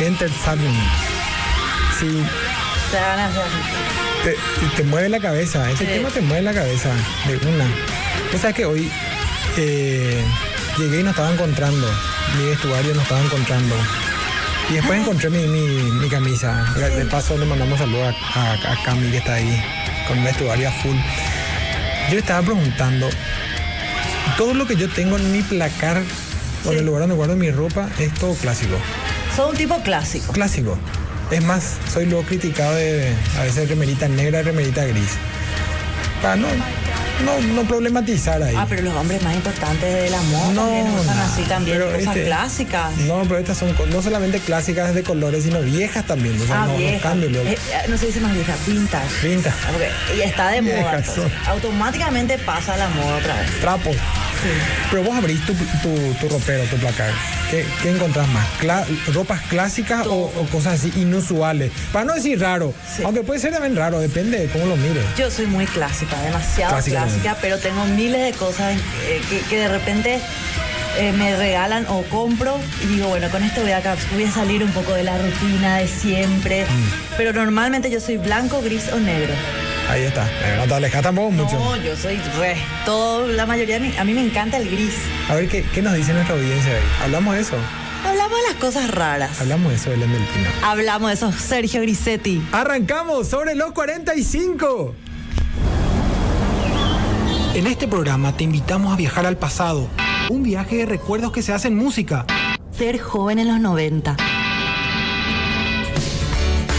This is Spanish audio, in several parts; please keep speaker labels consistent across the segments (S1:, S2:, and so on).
S1: Enter Sandman. Sí.
S2: Te dan así.
S1: Te, te mueve la cabeza. Este
S2: Sí.
S1: tema te mueve la cabeza de una. Tú sabes que hoy eh, llegué y no estaba encontrando. Mi vestuario no estaba encontrando. Y después encontré mi, mi- mi camisa. De- De paso le mandamos saludos a, a, a Cami que está ahí con un vestuario a full. Yo estaba preguntando, todo lo que yo tengo en mi placar o en el lugar donde guardo mi ropa es todo clásico.
S2: Son un tipo clásico.
S1: clásico. Es más, soy luego criticado de a veces remerita negra y remerita gris. Para no, no, no problematizar ahí.
S2: Ah, pero los hombres más importantes de la moda
S1: No,
S2: también usan
S1: no,
S2: así también,
S1: pero
S2: cosas
S1: este-
S2: clásicas.
S1: No, pero estas son co- no solamente clásicas de colores, sino viejas también. O sea,
S2: Ah,
S1: no, no
S2: vieja.
S1: cambio luego.
S2: Eh, eh, no se dice más vieja, vintage.
S1: Vintage.
S2: Ah, Porque ella está de moda.
S1: Vieja
S2: entonces. Automáticamente pasa la moda otra vez.
S1: Trapo. Pero vos abrís tu, tu, tu ropero, tu placar. ¿Qué, qué encontrás más? Cla- ¿Ropas clásicas o, o cosas así inusuales? Para no decir raro.
S2: Sí.
S1: Aunque puede ser también raro, depende de cómo lo mires.
S2: Yo soy muy clásica, demasiado
S1: Clásica,
S2: clásica, pero tengo miles de cosas eh, que, que de repente eh, me regalan o compro y digo, bueno, con esto voy a, cap- voy a salir un poco de la rutina de siempre.
S1: Mm.
S2: Pero normalmente yo soy blanco, gris o negro.
S1: Ahí está. Eh, No te alejas tampoco mucho.
S2: No, yo soy re. Todo, la mayoría, de mi- a mí me encanta el gris.
S1: A ver, ¿qué, qué nos dice nuestra audiencia ahí? Hablamos de eso.
S2: Hablamos de las cosas raras.
S1: Hablamos de eso, Belén del Pino.
S2: Hablamos de eso, Sergio Grisetti.
S1: Arrancamos sobre los 45. En este programa te invitamos a viajar al pasado. Un viaje de recuerdos que se hace en música.
S3: Ser joven en los 90.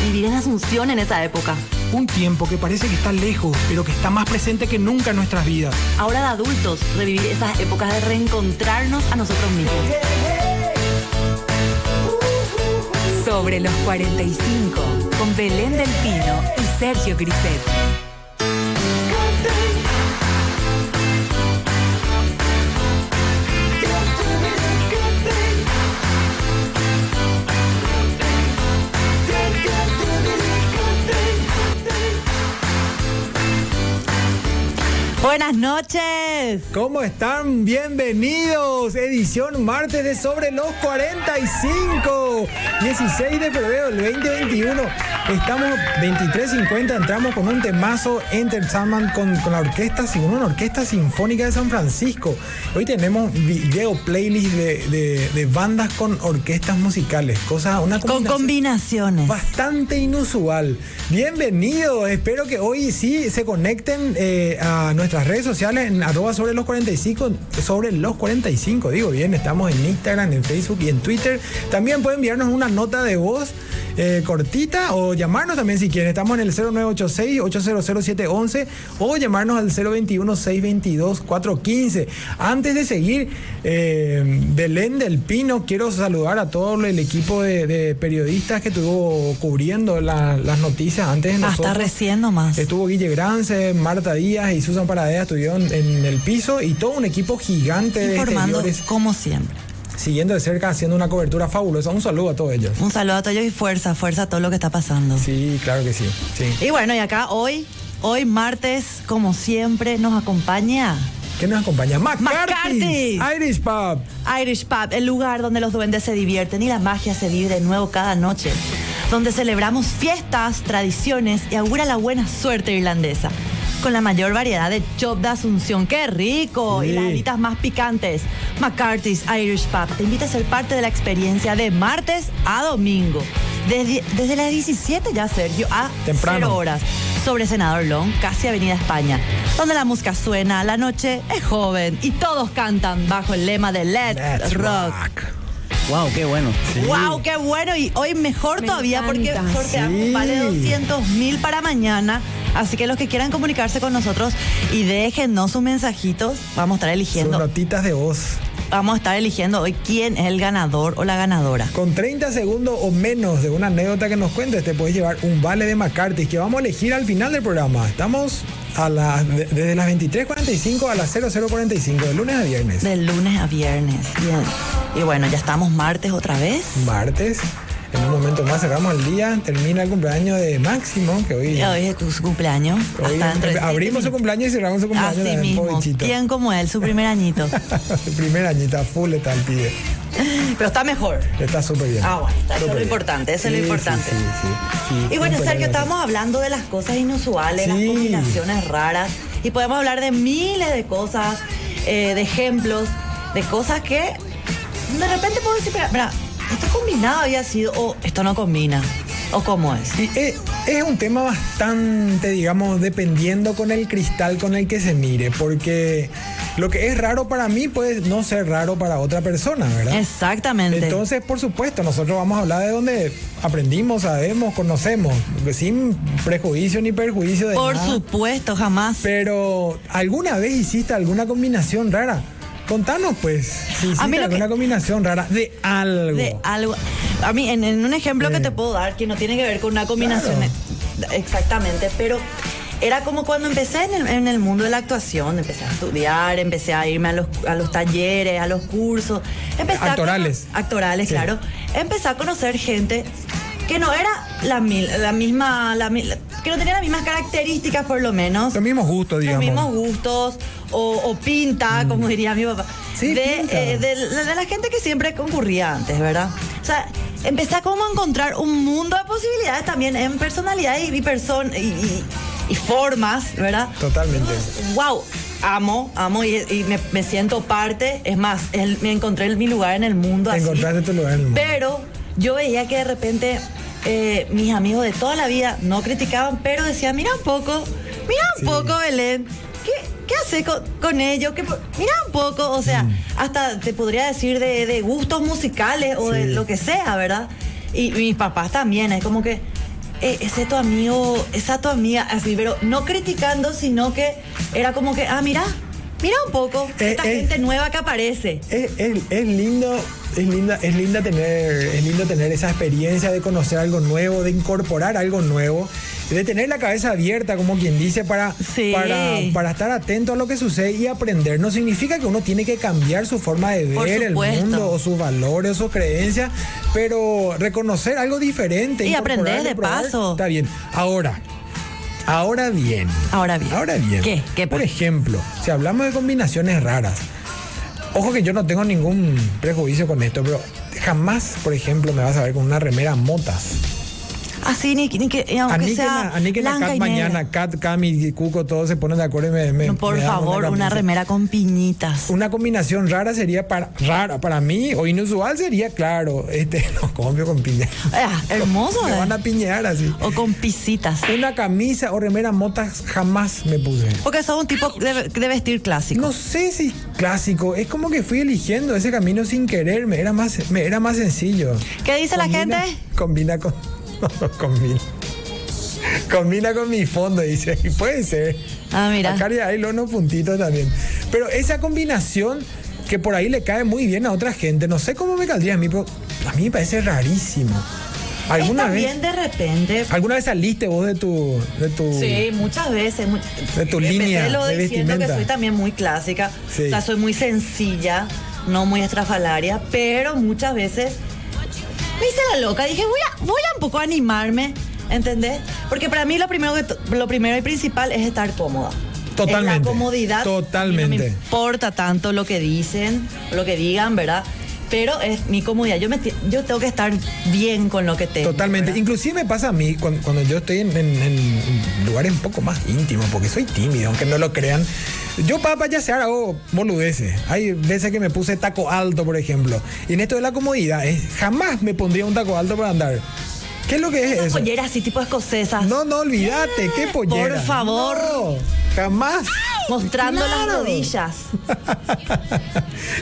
S3: Vivir en Asunción en esa época.
S1: Un tiempo que parece que está lejos, pero que está más presente que nunca en nuestras vidas.
S3: Ahora de adultos, revivir esas épocas de reencontrarnos a nosotros mismos.
S4: Sobre los 45, con Belén del Pino y Sergio Griset.
S2: Buenas noches.
S1: ¿Cómo están? Bienvenidos. Edición martes de Sobre los 45. 16 de febrero del 2021. Estamos 23.50. Entramos con un temazo Enter Sandman con, con la orquesta, según una orquesta sinfónica de San Francisco. Hoy tenemos video playlist de, de- de bandas con orquestas musicales. Cosa, una
S2: Con
S1: combinación
S2: combinaciones.
S1: Bastante inusual. Bienvenido. Espero que hoy sí se conecten eh, a nuestras redes sociales en arroba sobre los 45. Sobre los 45, digo bien. Estamos en Instagram, en Facebook y en Twitter. También pueden enviarnos una nota de voz eh, cortita o llamarnos también si quieren. Estamos en el 0986-800711 o llamarnos al 021-622-415. Antes de seguir, eh, Belén del Pino, quiero saludar a todo el equipo de, de periodistas que estuvo cubriendo la- las noticias antes de
S2: Hasta
S1: nosotros.
S2: recién nomás.
S1: Estuvo Guille Grance, Marta Díaz y Susan Paradea estuvieron en el piso y todo un equipo gigante de
S2: Informando
S1: exteriores
S2: como siempre.
S1: siguiendo de cerca, haciendo una cobertura fabulosa. Un saludo a todos ellos.
S2: Un saludo a todos y fuerza, fuerza a todo lo que está pasando.
S1: Sí, claro que sí. sí.
S2: Y bueno, y acá hoy, hoy martes, como siempre, nos acompaña
S1: ¿Qué nos acompaña? McCarthy.
S2: McCarthy.
S1: Irish Pub.
S2: Irish Pub, el lugar donde los duendes se divierten y la magia se vive de nuevo cada noche. Donde celebramos fiestas, tradiciones y augura la buena suerte irlandesa. Con la mayor variedad de chop de Asunción. ¡Qué rico! Y las
S1: Sí.
S2: alitas más picantes. McCarthy's Irish Pub te invita a ser parte de la experiencia de martes a domingo. Desde, desde las 17 ya, Sergio, a
S1: Temprano.
S2: cero horas. Sobre Senador Long, casi Avenida España. Donde la música suena, la noche es joven y todos cantan bajo el lema de Let's
S1: Let's
S2: rock.
S1: rock.
S5: Wow, qué bueno.
S2: ¡Wow! ¡Qué bueno! Y hoy mejor
S4: Me
S2: todavía porque
S4: encanta.
S2: sorteamos
S1: Sí.
S2: vale 200 mil para mañana. Así que los que quieran comunicarse con nosotros y déjennos sus mensajitos, vamos a estar
S1: Sus
S2: eligiendo.
S1: notitas de voz.
S2: Vamos a estar eligiendo hoy quién es el ganador o la ganadora.
S1: Con 30 segundos o menos de una anécdota que nos cuentes, te puedes llevar un vale de McCarthy que vamos a elegir al final del programa. Estamos a las de- desde las 23.45 a las 00.45, de lunes a viernes.
S2: De lunes a viernes. Bien. Y bueno, ya estamos martes otra vez.
S1: Martes. En un momento más cerramos el día, termina el cumpleaños de Máximo, que hoy,
S2: Hoy es tu- su cumpleaños.
S1: hoy
S2: Hasta dentro de
S1: abrimos su
S2: siete
S1: cumpleaños y cerramos su cumpleaños
S2: minutos. Así
S1: también,
S2: mismo.
S1: pobrecito.
S2: Bien como él, su primer añito.
S1: El primer añita full está el pibe.
S2: Pero está mejor.
S1: Está súper bien.
S2: Ah, bueno, está, eso es lo
S1: Súper bien.
S2: importante, eso es
S1: Sí,
S2: lo
S1: sí,
S2: importante.
S1: sí, sí, sí.
S2: Y bueno,
S1: Un
S2: Sergio,
S1: pequeño-
S2: estábamos hablando de las cosas inusuales, las
S1: Sí.
S2: combinaciones raras, y podemos hablar de miles de cosas, eh, de ejemplos, de cosas que de repente podemos decir, "Pero, mira, esto combinado había sido, o esto no combina, o cómo es.
S1: Y es, es un tema bastante, digamos, dependiendo con el cristal con el que se mire, porque lo que es raro para mí puede no ser raro para otra persona, ¿verdad?
S2: Exactamente.
S1: Entonces, por supuesto, nosotros vamos a hablar de donde aprendimos, sabemos, conocemos, sin prejuicio ni perjuicio de
S2: Por
S1: nada.
S2: supuesto, jamás.
S1: Pero, ¿alguna vez hiciste alguna combinación rara? Contanos, pues, si hiciste
S2: A mí lo que-
S1: alguna combinación rara de algo. Eh.
S2: de algo. A mí, en, en un ejemplo que
S1: Sí.
S2: te puedo dar, que no tiene que ver con una combinación e- exactamente, pero era como cuando empecé en el, en el mundo de la actuación, empecé a estudiar, empecé a irme a los, a los talleres, a los cursos. Empecé a
S1: Actorales.
S2: cono- actorales,
S1: Sí.
S2: claro. Empecé a conocer gente que no era la, mil- la misma, la mi- que no tenía las mismas características por lo menos.
S1: Los mismos gustos, digamos. Mm.
S2: Los mismos gustos o, o pinta, como diría mi papá.
S1: Sí,
S2: de,
S1: pinta.
S2: eh, de la, de la gente que siempre concurría antes, ¿verdad? O sea, empecé como a encontrar un mundo de posibilidades también en personalidad y, y person- y, y- y formas, ¿verdad?
S1: Totalmente.
S2: Wow, amo, amo y, y me, me siento parte. Es más, el- me encontré el- mi lugar en el mundo. así.
S1: Encontraste tu lugar en el mundo.
S2: Pero yo veía que de repente eh, mis amigos de toda la vida no criticaban, pero decían, mira un poco, mira un
S1: Sí.
S2: poco, Belén. ¿Qué, qué haces co- con, ellos? ¿Qué po- mira un poco, o sea,
S1: Mm.
S2: hasta te podría decir de, de gustos musicales o de
S1: Sí.
S2: lo que sea, ¿verdad? Y, y mis papás también, es como que... "Eh, ese tu amigo, esa tu amiga, así, pero no criticando, sino que era como que, ah, mira, mira un poco,
S1: Eh,
S2: esta
S1: eh.
S2: gente nueva que aparece.
S1: Es, es- es lindo, es linda, es linda tener, es lindo tener esa experiencia de conocer algo nuevo, de incorporar algo nuevo, de tener la cabeza abierta, como quien dice, para,
S2: Sí.
S1: para, para estar atento a lo que sucede y aprender. No significa que uno tiene que cambiar su forma de
S2: Por
S1: ver el
S2: supuesto.
S1: mundo, o sus valores, o sus creencias, pero reconocer algo diferente.
S2: Y
S1: incorporarlo,
S2: aprender de
S1: probar,
S2: paso.
S1: Está bien. Ahora, ahora bien.
S2: Ahora bien.
S1: Ahora bien.
S2: ¿Qué? ¿Qué
S1: Por
S2: pasa?
S1: ejemplo, si hablamos de combinaciones raras, ojo que yo no tengo ningún prejuicio con esto, pero jamás, por ejemplo, me vas a ver con una remera motas.
S2: Así, ni, ni que, y
S1: A
S2: aunque
S1: Nick y
S2: sea
S1: la- a Nick y la
S2: blanca
S1: Cat
S2: y negra.
S1: mañana, Cat, Cami y Cuco, todos se ponen de acuerdo y me. me-
S2: No, por
S1: me dan
S2: favor, una,
S1: camisa.
S2: remera con piñitas.
S1: Una combinación rara sería para, rara para mí, o inusual sería, claro, este, no cambio con piña.
S2: Ah, hermoso,
S1: Me
S2: eh.
S1: van a piñear así.
S2: O con pisitas.
S1: Una camisa o remera motas jamás me puse.
S2: Porque son un tipo de, de vestir clásico.
S1: No sé si clásico, es como que fui eligiendo ese camino sin querer, me era más, me era más sencillo.
S2: ¿Qué dice la
S1: Combina-
S2: gente?
S1: Combina con. combina. Combina con mi fondo, dice. Y puede ser.
S2: Ah, mira.
S1: Acá ya hay los unos puntitos también. Pero esa combinación que por ahí le cae muy bien a otra gente, no sé cómo me caldría a mí, pero a mí me parece rarísimo. ¿Alguna
S2: Está
S1: vez,
S2: bien de repente.
S1: ¿Alguna vez saliste vos de tu. De tu
S2: Sí, muchas veces. mu-
S1: De tu
S2: Empecé
S1: línea
S2: lo
S1: de
S2: diciendo
S1: vestimenta.
S2: que soy también muy clásica.
S1: Sí.
S2: O sea, soy muy sencilla, no muy estrafalaria, pero muchas veces me hice la loca. Dije, voy a, voy a un poco animarme, ¿entendés? Porque para mí lo primero, que to- lo primero y principal es estar cómoda.
S1: Totalmente,
S2: Es la comodidad.
S1: totalmente.
S2: A mí No me importa tanto lo que dicen, lo que digan, ¿verdad? Pero es mi comodidad. Yo, me, ti- yo tengo que estar bien con lo que tengo.
S1: Totalmente.
S2: ¿verdad?
S1: Inclusive me pasa a mí cuando, cuando yo estoy en, en- en lugares un poco más íntimos, porque soy tímido, aunque no lo crean. Yo para payasear hago boludeces. Hay veces que me puse taco alto, por ejemplo. Y en esto de la comodidad, es, jamás me pondría un taco alto para andar. ¿Qué es lo que es
S2: Esas
S1: eso?
S2: polleras así tipo escocesas.
S1: No, no, olvídate, qué
S2: Por
S1: pollera.
S2: favor.
S1: No, jamás.
S2: Mostrando las
S1: Claro.
S2: rodillas.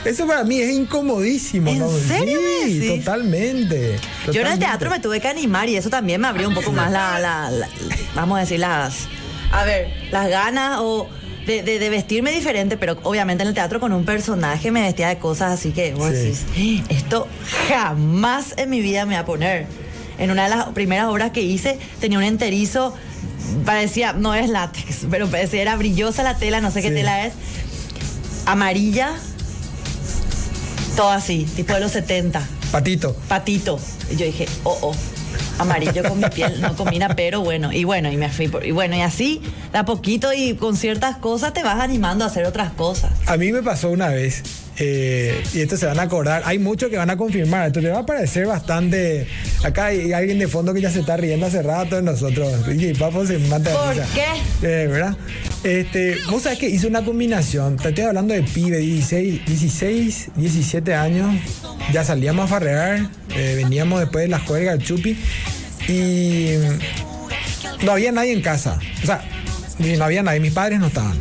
S1: Eso para mí es incomodísimo.
S2: ¿En
S1: ¿no?
S2: serio me
S1: Sí,
S2: decís?
S1: totalmente.
S2: Yo en el
S1: totalmente.
S2: teatro me tuve que animar y eso también me abrió un poco más la, la- la- vamos a decir, las, a ver, las ganas o de, de- de vestirme diferente, pero obviamente en el teatro con un personaje me vestía de cosas así que vos
S1: Sí.
S2: decís, "Eh, esto jamás en mi vida me va a poner. En una de las primeras obras que hice tenía un enterizo, parecía, no es látex, pero parecía, era brillosa la tela, no sé qué
S1: Sí.
S2: tela es, amarilla, todo así, tipo de los 70.
S1: Patito.
S2: patito. Y yo dije, oh, oh, amarillo con mi piel no combina, pero bueno, y bueno, y me fui. por- y bueno, y así, de a poquito y con ciertas cosas te vas animando a hacer otras cosas.
S1: A mí me pasó una vez, eh, y esto se van a acordar, hay muchos que van a confirmar, esto le va a parecer bastante... Acá hay alguien de fondo que ya se está riendo hace rato de nosotros, y Papo se mata de
S2: ¿Por
S1: risa.
S2: qué?
S1: Eh, ¿Verdad? Este, Vos sabés que hice una combinación, te estoy hablando de pibe, 16, 16 17 años, ya salíamos a farrear, eh, veníamos después de la escuela al chupi, y no había nadie en casa, o sea, no había nadie, mis padres no estaban.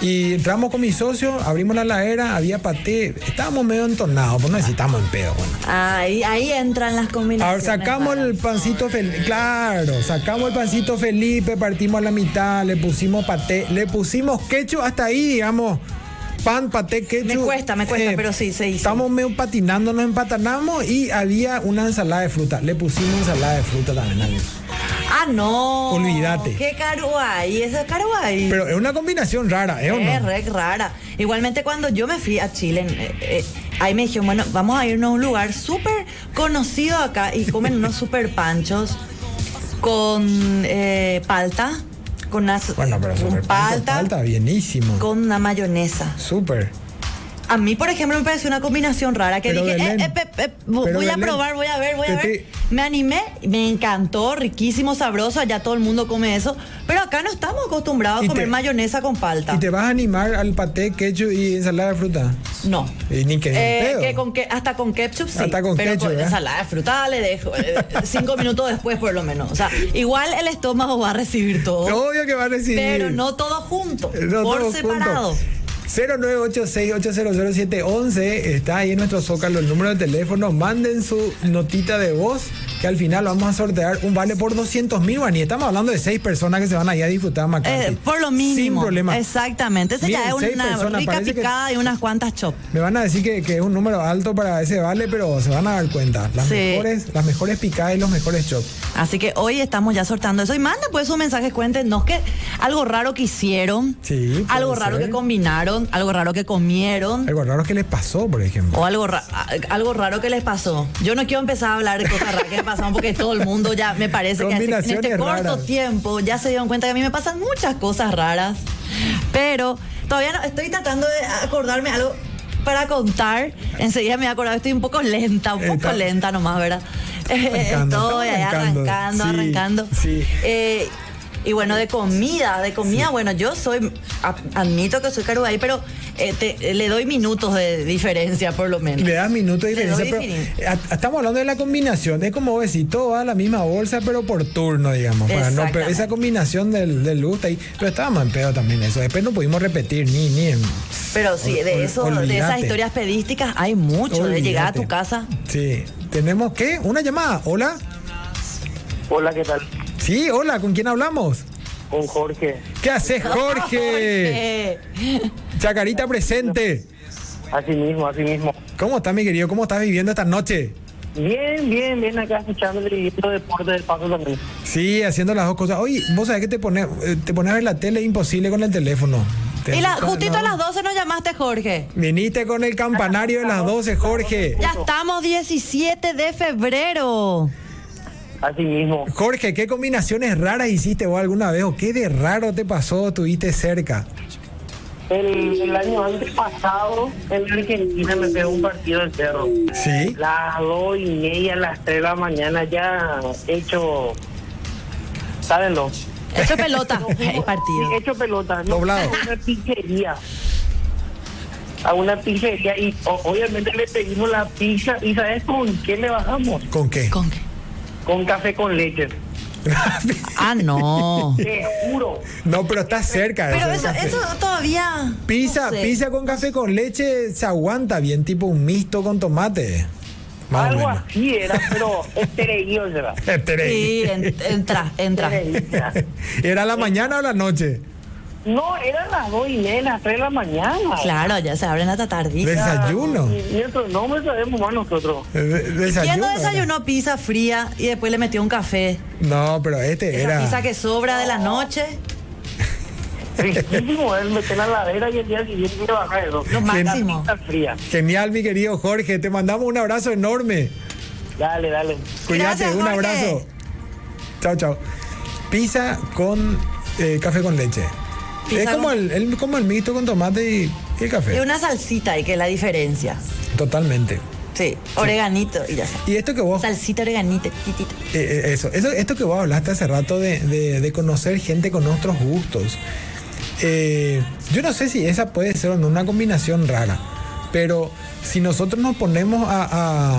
S1: Y entramos con mi socio, abrimos la ladera, había paté, estábamos medio entornados, pues no necesitamos en pedo, bueno.
S2: Ahí, ahí entran las
S1: Ahora
S2: combinaciones.
S1: sacamos el
S2: malas.
S1: pancito Felipe, claro, sacamos el pancito Felipe, partimos a la mitad, le pusimos paté, le pusimos quechu hasta ahí, digamos. Pan, paté, quechu.
S2: Me cuesta, me cuesta, pero sí, se hizo.
S1: Estamos medio patinando, nos empatanamos y había una ensalada de fruta. Le pusimos ensalada de fruta también. amigo.
S2: Ah, no.
S1: Olvídate.
S2: Qué caro ahí, eso es caro ahí.
S1: Pero es una combinación rara, ¿eh? ¿o
S2: Es
S1: no?
S2: re rara. Igualmente cuando yo me fui a Chile, eh, eh, ahí me dijeron, bueno, vamos a irnos a un lugar súper conocido acá y comen unos súper panchos con eh, palta, con una s-
S1: Bueno, pero
S2: con
S1: súper
S2: palta,
S1: Falta, bienísimo.
S2: con una mayonesa.
S1: Súper.
S2: A mí, por ejemplo, me pareció una combinación rara que
S1: Pero
S2: dije, eh,
S1: Belén,
S2: eh, pe- pe- vo-
S1: pero
S2: voy a
S1: Belén,
S2: probar, voy a ver, voy a
S1: te-
S2: ver. Me animé, me encantó, riquísimo, sabroso, allá todo el mundo come eso, pero acá no estamos acostumbrados
S1: Y
S2: a comer
S1: te-
S2: mayonesa con palta.
S1: ¿Y te vas a animar al paté, quechu y ensalada de fruta?
S2: No.
S1: Y ni que ni en
S2: Eh,
S1: pedo.
S2: que con que, hasta con ketchup sí.
S1: Hasta con
S2: pero
S1: ketchup,
S2: con
S1: ¿eh?
S2: ensalada de fruta le dejo eh, cinco minutos después por lo menos. O sea, igual el estómago va a recibir todo,
S1: Obvio que va a recibir.
S2: pero no todo junto,
S1: No,
S2: por
S1: todos
S2: separado.
S1: juntos. 0986-800711 está ahí en nuestro zócalo el número de teléfono. Manden su notita de voz que al final vamos a sortear un vale por 200 mil guaní. Estamos hablando de seis personas que se van ahí a disfrutar Macate.
S2: Eh, por lo mínimo.
S1: Sin problema.
S2: Exactamente. Esa
S1: Miren,
S2: ya es
S1: seis
S2: una
S1: personas,
S2: rica
S1: parece que-
S2: picada y unas cuantas chop.
S1: Me van a decir que, que es un número alto para ese vale, pero se van a dar cuenta. Las,
S2: Sí.
S1: mejores, las mejores picadas y los mejores chops.
S2: Así que hoy estamos ya sortando eso. Y manda pues sus mensajes, cuéntenos que algo raro que hicieron,
S1: Sí, puede
S2: algo raro
S1: ser.
S2: que combinaron, algo raro que comieron.
S1: Algo raro que les pasó, por ejemplo.
S2: O algo, ra- a- algo raro que les pasó. Yo no quiero empezar a hablar de cosas raras que me pasaron porque todo el mundo ya me parece que en este- en este
S1: Combinaciones
S2: corto
S1: raras.
S2: tiempo ya se dieron cuenta que a mí me pasan muchas cosas raras. Pero todavía no, estoy tratando de acordarme algo para contar. Enseguida me voy a acordar, estoy un poco lenta, un poco
S1: Está-
S2: lenta nomás, ¿verdad?
S1: arrancando,
S2: estoy ahí
S1: estamos arrancando.
S2: arrancando,
S1: Sí,
S2: arrancando.
S1: sí.
S2: Eh, y bueno, de comida, de comida, bueno, yo soy, a- admito que soy caruay, pero eh, te- le doy minutos de diferencia por lo menos.
S1: Le das minutos de
S2: Le doy
S1: diferencia, pero
S2: diferencia.
S1: a- estamos hablando de la combinación. Es como vos decís, todo va a la misma bolsa, pero por turno, digamos. Para no, pero esa
S2: Exactamente.
S1: combinación del, del gusto ahí. Pero estábamos en pedo también eso. Después no pudimos repetir ni, ni en.
S2: Pero sí,
S1: Ol-
S2: de, eso,
S1: olvídate.
S2: de esas historias pedísticas hay mucho, de llegar a tu
S1: Olvídate.
S2: casa.
S1: Sí. ¿Tenemos qué? ¿Una llamada? ¿Hola?
S5: Hola, ¿qué tal?
S1: Sí, hola, ¿con quién hablamos?
S5: Con Jorge.
S1: ¿Qué haces, Jorge?
S2: Eh,
S1: Chacarita presente.
S5: Así mismo, así mismo.
S1: ¿Cómo estás, mi querido? ¿Cómo estás viviendo esta noche?
S5: Bien, bien, bien acá escuchando el grillito deporte del paso también.
S1: Sí, haciendo las dos cosas. Oye, vos sabés que te pones, eh, te pones a ver la tele imposible con el teléfono. Te
S2: y la-
S1: asusta,
S2: justito
S1: ¿no?
S2: a las 12 nos llamaste, Jorge.
S1: Viniste con el campanario de las 12, Jorge.
S2: Ya estamos 17 de febrero.
S5: Así mismo.
S1: Jorge, ¿qué combinaciones raras hiciste vos alguna vez o qué de raro te pasó tuviste cerca?
S5: El, el año antes pasado, en Argentina me pegó un partido de cerro.
S1: Sí.
S5: Las dos y media, las tres de la mañana ya hecho... Sábenlo.
S2: Esto es pelota. Hay partido.
S5: Sí, hecho pelota. ¿no?
S1: Doblado.
S5: A una pizzería. A una pizzería y o- obviamente le pedimos la pizza y ¿sabes con qué le bajamos?
S1: ¿Con qué?
S2: ¿Con qué?
S5: Con café con leche.
S2: Ah, no.
S5: Te juro.
S1: no, pero estás cerca. de
S2: Pero eso,
S1: hacer café.
S2: eso todavía.
S1: Pizza,
S2: no sé.
S1: pizza con café con leche se aguanta bien, tipo un mixto con tomate. Más
S5: Algo
S1: o menos.
S5: así era, pero estereío era.
S1: Espera
S2: Sí,
S1: ahí.
S2: en- entra, entra.
S5: Estereíta.
S1: ¿Era la mañana o la noche?
S5: No, eran las dos y media, las tres de la mañana.
S2: Claro, ya se abren hasta tardita.
S1: Desayuno.
S5: Y nosotros no me sabemos más nosotros.
S1: De- desayuno.
S2: ¿Quién no
S1: era.
S2: desayunó pizza fría y después le metió un café?
S1: No, pero este
S2: Esa
S1: era.
S2: pizza que sobra de la noche.
S5: riquísimo es meter la ladera y el día siguiente me baja eso.
S2: Lo máximo.
S5: Tan fría.
S1: Genial, mi querido Jorge. Te mandamos un abrazo enorme.
S5: Dale, dale.
S1: Cuídate,
S2: Gracias,
S1: un
S2: Jorge.
S1: abrazo. Chao, chao. Pizza con eh, café con leche.
S2: Pizza
S1: es como
S2: con-
S1: el, el- como el mixto con tomate y, y el
S2: Y
S1: café.
S2: una salsita ahí que es la diferencia.
S1: Totalmente.
S2: Sí, oreganito y ya está.
S1: Y esto que vos
S2: Salsita oreganita, chiquitita.
S1: Eh, eh, eso, eso, esto que vos hablaste hace rato de, de- de conocer gente con otros gustos. Eh, yo no sé si esa puede ser o no una combinación rara, pero si nosotros nos ponemos a,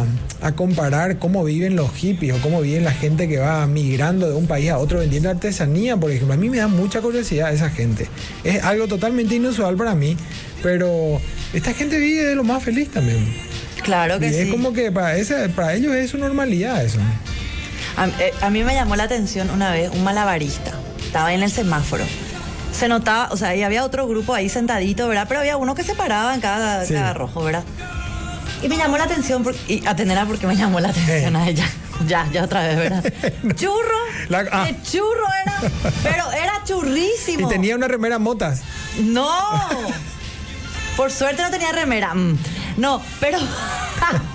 S1: a- a comparar cómo viven los hippies o cómo viven la gente que va migrando de un país a otro vendiendo artesanía, por ejemplo, a mí me da mucha curiosidad esa gente. Es algo totalmente inusual para mí, pero esta gente vive de lo más feliz también.
S2: Claro
S1: Y
S2: que
S1: es
S2: sí.
S1: como que para, esa- para ellos es su normalidad eso.
S2: A, eh, a mí me llamó la atención una vez un malabarista. Estaba en el semáforo. Se notaba, o sea, y había otro grupo ahí sentadito, ¿verdad? Pero había uno que se paraba en cada,
S1: Sí.
S2: cada rojo, ¿verdad? Y me llamó la atención, por- y atenderá porque me llamó la atención
S1: Eh.
S2: a ella. Ya, ya otra vez, ¿verdad? Churro.
S1: La- ah.
S2: de churro era, pero era churrísimo.
S1: Y tenía una remera motas.
S2: No. Por suerte no tenía remera. Mm. No, pero.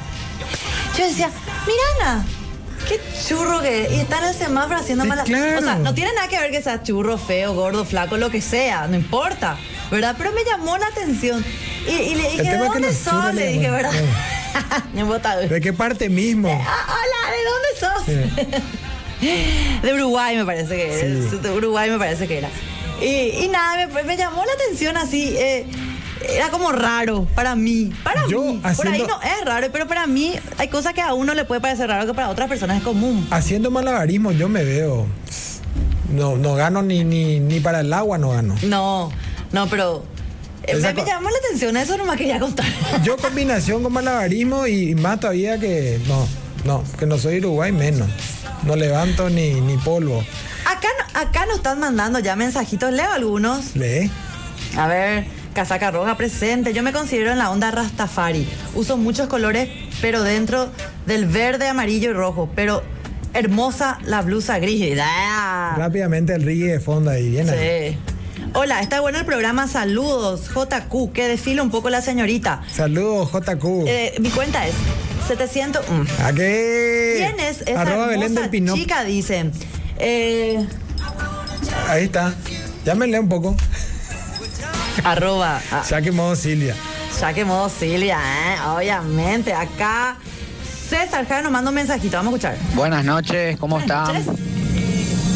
S2: Yo decía, Mirana, qué churro que es. Y está en el semáforo haciendo
S1: Sí,
S2: mala.
S1: claro.
S2: O sea, no tiene nada que ver que sea churro, feo, gordo, flaco, lo que sea, no importa. ¿Verdad? Pero me llamó la atención. Y, y le dije,
S1: tema
S2: ¿de
S1: es que
S2: dónde
S1: los churros
S2: sos? Le
S1: le
S2: dije,
S1: llaman,
S2: ¿verdad? Me bota-
S1: ¿De qué parte mismo?
S2: Ah, hola, ¿de dónde sos? De Uruguay me parece que era.
S1: Sí.
S2: De Uruguay me parece que era. Y, y nada, me, me llamó la atención así. eh, era como raro para mí. Para
S1: Yo
S2: mí. Por ahí
S1: haciendo-
S2: no es raro, pero para mí hay cosas que a uno le puede parecer raro que para otras personas es común.
S1: Haciendo malabarismo yo me veo. No, no gano ni, ni, ni para el agua, no gano.
S2: No, no, pero. eh,
S1: Esa
S2: me, me
S1: co-
S2: llamó la atención, eso nomás quería contar.
S1: Yo combinación con malabarismo y más todavía que no, no, que no soy Uruguay menos. No levanto ni, ni polvo.
S2: Acá, no- acá nos están mandando ya mensajitos, leo algunos.
S1: ¿Lee?
S2: A ver, casaca roja presente. Yo me considero en la onda Rastafari. Uso muchos colores, pero dentro del verde, amarillo y rojo. Pero hermosa la blusa gris. ¡Ah!
S1: Rápidamente el ríe de fondo ahí, bien ahí.
S2: Sí. Hola, está bueno el programa. Saludos, JQ. Que desfila un poco la señorita.
S1: Saludos, JQ.
S2: Eh, mi cuenta es 700. mm.
S1: ¿A qué?
S2: ¿Quién es esa
S1: Eh, Arroba Belén del
S2: hermosa
S1: Pino.
S2: chica? Dice. Eh,
S1: Ahí está. Llámenle un poco.
S2: arroba. ah,
S1: Ya que modo Silvia.
S2: Ya que modo Silvia, ¿eh? obviamente. Acá César Jara nos manda un mensajito. Vamos a escuchar.
S6: Buenas noches, ¿cómo
S2: Buenas
S6: están?
S2: noches.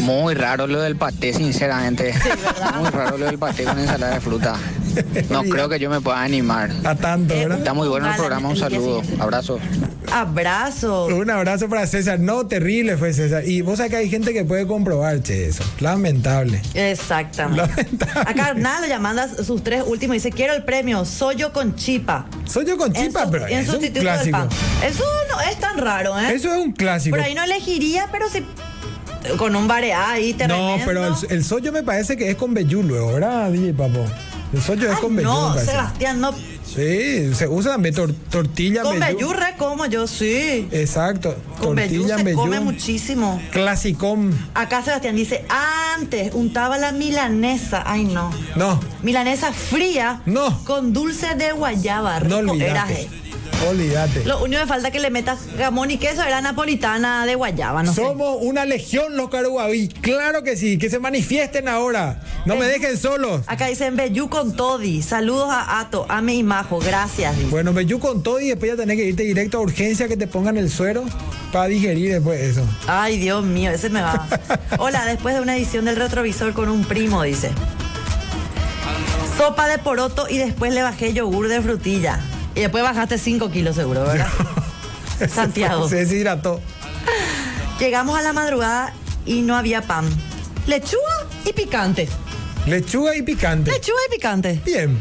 S6: Muy raro lo del paté, sinceramente. Muy raro lo del paté con ensalada de fruta. No
S1: Olvidate.
S6: creo que yo me pueda animar.
S1: A tanto,
S2: Eh,
S1: ¿verdad?
S6: Está muy bueno el
S2: Ojalá,
S6: programa, un
S2: el día
S6: saludo,
S2: siguiente.
S6: abrazos.
S2: Abrazo.
S1: Un abrazo para César. No, terrible fue César. Y vos acá hay gente que puede comprobar, che, eso. Lamentable.
S2: Exactamente.
S1: Lamentable.
S2: Acá Arnaldo ya manda sus tres últimos. Dice, quiero el premio. Soy yo con chipa.
S1: Soy yo con
S2: En
S1: chipa,
S2: su-
S1: pero
S2: en
S1: es un
S2: sustituto del
S1: clásico.
S2: pan. Eso no es tan raro, ¿eh?
S1: Eso es un clásico.
S2: Por ahí no elegiría, pero si con un bareá ahí te
S1: no,
S2: remendo.
S1: pero el, el soyo me parece que es con Bellú luego, ¿verdad, DJ Papo? El soyo es
S2: Ay,
S1: con Bellú, me
S2: No,
S1: parece.
S2: Sebastián, no.
S1: Sí, se usa también tor- tortilla
S2: Con
S1: Bellú.
S2: Bellurre como yo, sí.
S1: Exacto.
S2: Con Bellú
S1: tortilla
S2: se
S1: Bellú.
S2: come muchísimo.
S1: Clasicón.
S2: Acá Sebastián dice, antes untaba la milanesa. Ay, no.
S1: No,
S2: Milanesa fría
S1: No.
S2: con dulce de guayaba.
S1: no
S2: Rico era,
S1: olvidate.
S2: eh.
S1: Olvídate.
S2: Lo único que falta que le metas jamón y queso era napolitana de guayaba, no sé.
S1: Somos una legión los Caraguabí, claro que sí, que se manifiesten ahora. No me dejen solos.
S2: Acá dicen Bellú con Toddy. Saludos a Ato, Ame y Majo. Gracias. dice.
S1: Bueno, me yo con todo y después ya tenés que irte directo a urgencia que te pongan el suero para digerir después eso.
S2: Ay, Dios mío, ese me va. Hola, después de una edición del retrovisor con un primo, dice. Sopa de poroto y después le bajé yogur de frutilla. Y después bajaste 5 kilos seguro, ¿verdad? Santiago.
S1: Se deshidrató.
S2: Llegamos a la madrugada y no había pan. Lechuga y picante.
S1: Lechuga y picante.
S2: Lechuga y picante.
S1: Bien.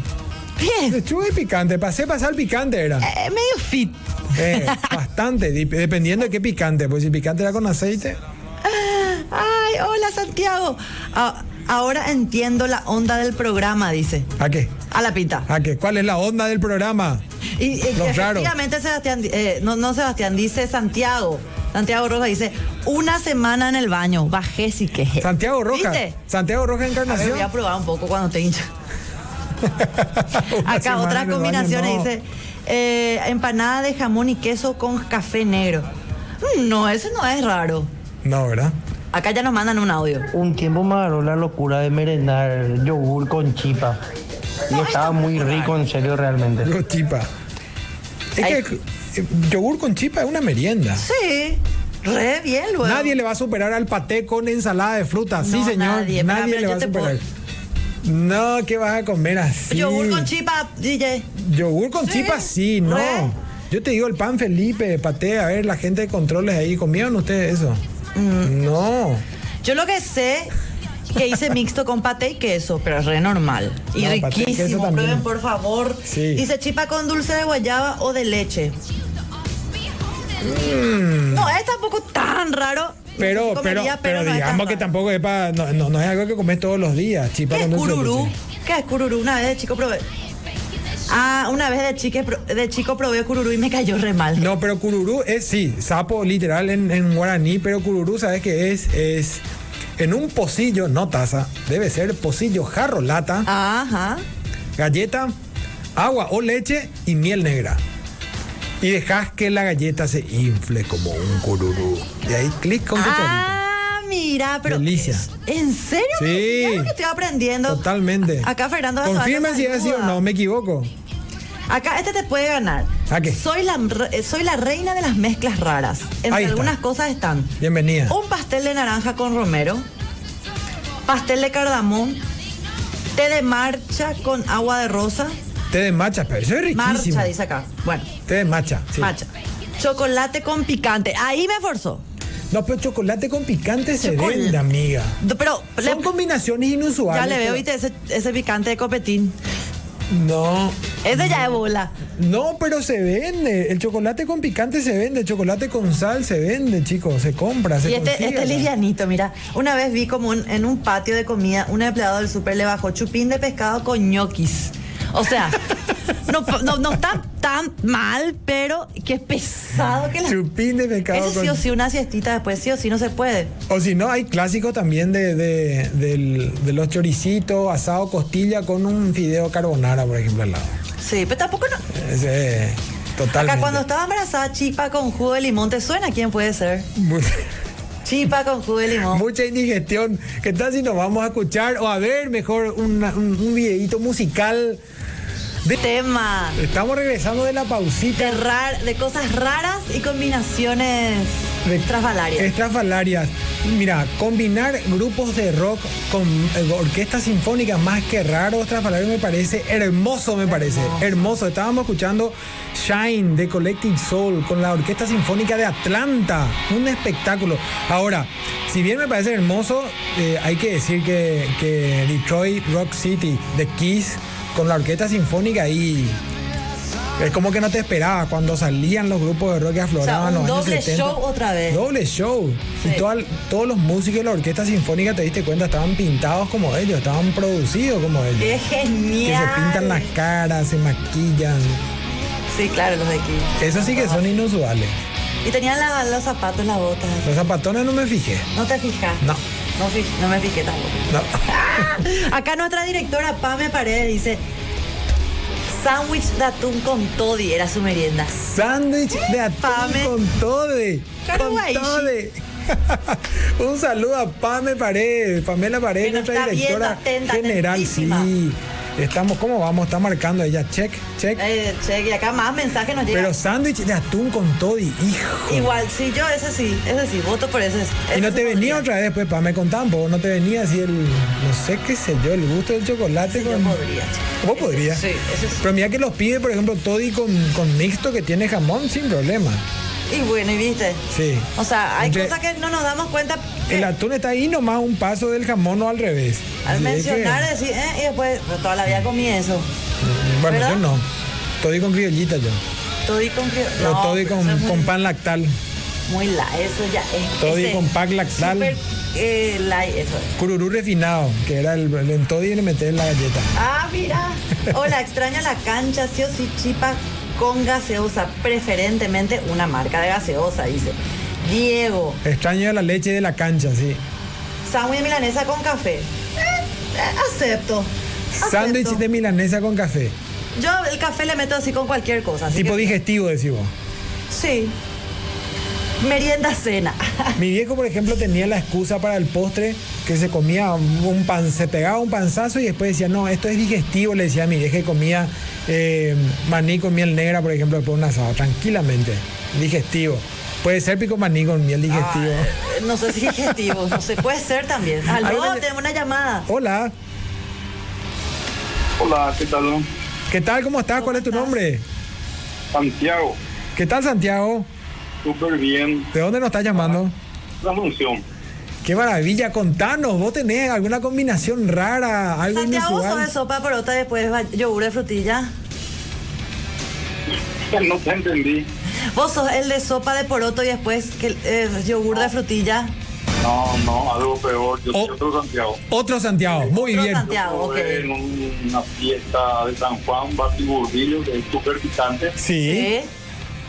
S2: Bien.
S1: Lechuga y picante. Pasé pasar picante era.
S2: eh, medio fit.
S1: Eh, bastante, dip- dependiendo de qué picante. Pues si picante era con aceite.
S2: Ay, hola Santiago. Ah, ahora entiendo la onda del programa, dice.
S1: ¿A qué?
S2: A la pinta.
S1: ¿A qué? ¿Cuál es la onda del programa?
S2: Y, y
S1: Los raros.
S2: efectivamente Sebastián, di- eh, no, no Sebastián, dice Santiago. Santiago Roja dice, una semana en el baño, bajé si queje.
S1: Santiago Roja.
S2: ¿Viste?
S1: Santiago Roja
S2: A ver, pues.
S1: Encarnación.
S2: voy a probar un poco cuando te hincha.
S1: Una
S2: Acá
S1: semana en
S2: otras
S1: el baño,
S2: combinaciones
S1: no.
S2: dice eh, empanada de jamón y queso con café negro. Mm, No, ese no es raro.
S1: No, ¿verdad?
S2: Acá ya nos mandan un audio.
S7: Un tiempo me agarró la locura de merendar yogur con chipa. Y estaba muy rico, en serio, realmente.
S1: Yo chipa. Es
S2: Ay.
S1: que eh, yogur con chipa es una merienda.
S2: Sí, re bien, luego.
S1: Nadie le va a superar al paté con ensalada de fruta. sí,
S2: No,
S1: señor.
S2: nadie,
S1: Nadie,
S2: pero, pero
S1: le
S2: yo
S1: va a
S2: te puedo-
S1: superar. No, ¿qué vas a comer así?
S2: Yogur con chipa, DJ.
S1: Yogur con
S2: Sí,
S1: chipa, sí, no.
S2: re.
S1: Yo te digo el pan Felipe, paté, a ver, la gente de controles ahí, ¿comieron ustedes eso?
S2: Mm.
S1: No.
S2: Yo lo que sé que hice mixto con paté y queso, pero es re normal. Y
S1: No, paté y queso
S2: riquísimo,
S1: también.
S2: prueben por favor.
S1: Sí.
S2: Dice chipa con dulce de guayaba o de leche. No, es tampoco tan raro.
S1: Mm. Pero,
S2: No sé si
S1: pero,
S2: comería,
S1: pero,
S2: no es
S1: digamos
S2: tan
S1: que
S2: raro.
S1: tampoco es para. No, no- no es algo que comes todos los días, chipa
S2: ¿Qué
S1: con
S2: es
S1: dulce de leche.
S2: cururú? ¿Qué es cururú? Una vez de chico probé. Ah, una vez de, chique pro- de chico probé cururú y me cayó re mal.
S1: No, pero cururú es, sí, sapo literal en, en guaraní, pero cururú, ¿sabes qué es? Es en un pocillo, no taza, debe ser pocillo, jarro, lata,
S2: Ajá.
S1: galleta, agua o leche y miel negra. Y dejas que la galleta se infle como un cururú. Y ahí clic con tu chorrito.
S2: Ah, mira, pero.
S1: Delicia.
S2: ¿En serio?
S1: Sí.
S2: Yo creo que estoy aprendiendo.
S1: Totalmente.
S2: A- Acá Fernando Basabe
S1: Confirma
S2: se
S1: si es así o
S2: ayuda.
S1: no, me equivoco.
S2: Acá este te puede ganar.
S1: ¿A qué?
S2: Soy la, re- eh, soy la reina de las mezclas raras. Entre
S1: Ahí está.
S2: algunas cosas están
S1: Bienvenida.
S2: un pastel de naranja con romero, pastel de cardamón, té de marcha con agua de rosa.
S1: Té de macha, pero eso es riquísimo.
S2: Marcha, dice acá. Bueno,
S1: Té de macha. sí.
S2: marcha. Chocolate con picante. Ahí me forzó.
S1: No, pero chocolate con picante se
S2: Chocolate.
S1: vende, amiga.
S2: D- Pero Pues le-
S1: Son combinaciones inusuales.
S2: ya le veo,
S1: pero-
S2: viste, ese, ese picante de copetín.
S1: No,
S2: Ese ya es bola.
S1: no, pero se vende. El chocolate con picante se vende. El chocolate con sal se vende, chicos. Se compra, se
S2: Y este,
S1: consigue
S2: este es
S1: acá.
S2: livianito, mira. Una vez vi como un- en un patio de comida, un empleado del súper le bajó chupín de pescado con ñoquis. O sea, no, no, no está tan mal, pero qué pesado que la...
S1: Chupín de pescado.
S2: Ese sí o
S1: con-
S2: sí, una siestita después, sí o sí, no se puede.
S1: O si no, hay clásicos también de, de- del- de los choricitos, asado, costilla con un fideo carbonara, por ejemplo, al lado.
S2: Sí, pero tampoco no...
S1: Ese, totalmente.
S2: Acá cuando estaba embarazada, chipa con jugo de limón, ¿te suena? ¿Quién puede ser?
S1: Mu-
S2: Chipa con jugo de limón.
S1: Mucha indigestión. ¿Qué tal si nos vamos a escuchar o a ver mejor una- un, un videíto musical?
S2: Tema
S1: Estamos regresando de la pausita.
S2: de, rar- de cosas raras y combinaciones
S1: de-
S2: trasvalarias.
S1: Estrafalarias. Mira, combinar grupos de rock con eh, orquestas sinfónicas más que raro, estrafalario me parece hermoso, me parece. Hermoso. Estábamos escuchando Shine de Collecting Soul con la Orquesta Sinfónica de Atlanta. Un espectáculo. Ahora, si bien me parece hermoso, eh, hay que decir que, que Detroit Rock City de Kiss con la Orquesta Sinfónica y... Es como que no te esperabas cuando salían los grupos de rock que afloraban
S2: un
S1: los años
S2: doble
S1: 70.
S2: show otra vez.
S1: Doble show.
S2: Sí.
S1: Y toda- todos los músicos de la orquesta sinfónica, te diste cuenta, estaban pintados como ellos, estaban producidos como ellos.
S2: ¡Qué
S1: Que se
S2: genial!
S1: pintan las caras, se maquillan.
S2: Sí, claro, los de aquí.
S1: Eso sí que son inusuales.
S2: Y tenían la- los zapatos, las botas.
S1: Los zapatones no me fijé.
S2: No te fijas.
S1: No.
S2: No, fi- no me fijé tampoco.
S1: No.
S2: Acá nuestra directora Pame Paredes dice: Sándwich de atún con toddy era su merienda.
S1: Sándwich de atún
S2: Pame.
S1: con tode. Con
S2: Karuaishi.
S1: tode. Un saludo a Pame Paredes, Pamela Paredes,
S2: Que nos
S1: nuestra
S2: está viendo,
S1: directora
S2: atenta,
S1: general.
S2: atentísima.
S1: Sí. Estamos, ¿cómo vamos? Está marcando ella. Check, check.
S2: Eh, che, y acá más mensajes nos llegan.
S1: Pero sándwich de atún con toddy, hijo.
S2: Igual, sí, yo ese sí, ese sí, voto por ese.
S1: Y
S2: ese
S1: no
S2: sí
S1: te venía
S2: podría.
S1: otra vez después, pa, me contaban, vos no te venía así el, no sé qué sé yo, el gusto del chocolate
S2: Yo
S1: con...
S2: podría.
S1: Vos podrías.
S2: Sí, ese sí.
S1: Pero mira que los pide, por ejemplo, toddy con, con mixto que tiene jamón sin problema.
S2: Y bueno, y viste.
S1: Sí.
S2: O sea, hay
S1: Entre-
S2: cosas que no nos damos cuenta. que
S1: El atún está ahí nomás un paso del jamón o al revés.
S2: Al
S1: Así es que-
S2: mencionar, decir, eh, y después, pero toda la vida comí eso.
S1: bueno,
S2: ¿verdad?
S1: yo no. Toddy con criollita yo.
S2: Toddy con frío.
S1: o
S2: No,
S1: toddy
S2: pero
S1: con,
S2: eso es muy-
S1: con pan lactal.
S2: Muy la, eso ya es.
S1: Toddy
S2: ese
S1: con pack lactal.
S2: super, eh, light, eso es.
S1: Cururú refinado, que era el, el en toddy le metes la galleta.
S2: Ah, mira. Hola, extraña la cancha, sí o sí, chipa con gaseosa, preferentemente una marca de gaseosa, dice. Diego.
S1: Extraño la leche de la cancha, sí.
S2: Sándwich de milanesa con café. Eh, eh, acepto. acepto.
S1: Sándwich de milanesa con café.
S2: Yo el café le meto así con cualquier cosa. así
S1: Tipo
S2: que-
S1: digestivo, decimos.
S2: Sí. Merienda cena.
S1: Mi viejo, por ejemplo, tenía la excusa para el postre que se comía un pan, se pegaba un panzazo y después decía, no, esto es digestivo, le decía a mi vieja que comía eh, maní con miel negra, por ejemplo, después de un asado, tranquilamente, digestivo. Puede ser pico maní con miel digestivo.
S2: Ah, eh, No sé si digestivo, no sé, puede ser también.
S1: Hay
S2: Aló,
S1: una-
S2: tenemos una llamada.
S1: Hola,
S8: Hola, ¿qué tal?
S1: ¿qué tal? ¿Cómo estás? ¿Cuál es tu nombre?
S8: Santiago,
S1: ¿Qué tal, Santiago?
S8: súper bien.
S1: ¿De dónde nos estás llamando?
S8: La función.
S1: Qué maravilla, contanos, vos tenés alguna combinación rara, algo
S2: Santiago, ¿vos
S1: inusual.
S2: ¿sabes sopa de porota después va- yogur de frutilla?
S8: No te entendí.
S2: ¿Vos sos el de sopa de poroto y después que, eh, yogur de frutilla?
S8: No, no, algo peor. Yo soy
S1: Oh.
S8: otro Santiago.
S1: Otro Santiago, muy
S2: Otro
S1: bien.
S2: Santiago, ok.
S8: Estuve En un- una fiesta de San Juan, Batiburrillo, que es súper picante.
S1: Sí.
S2: ¿Sí?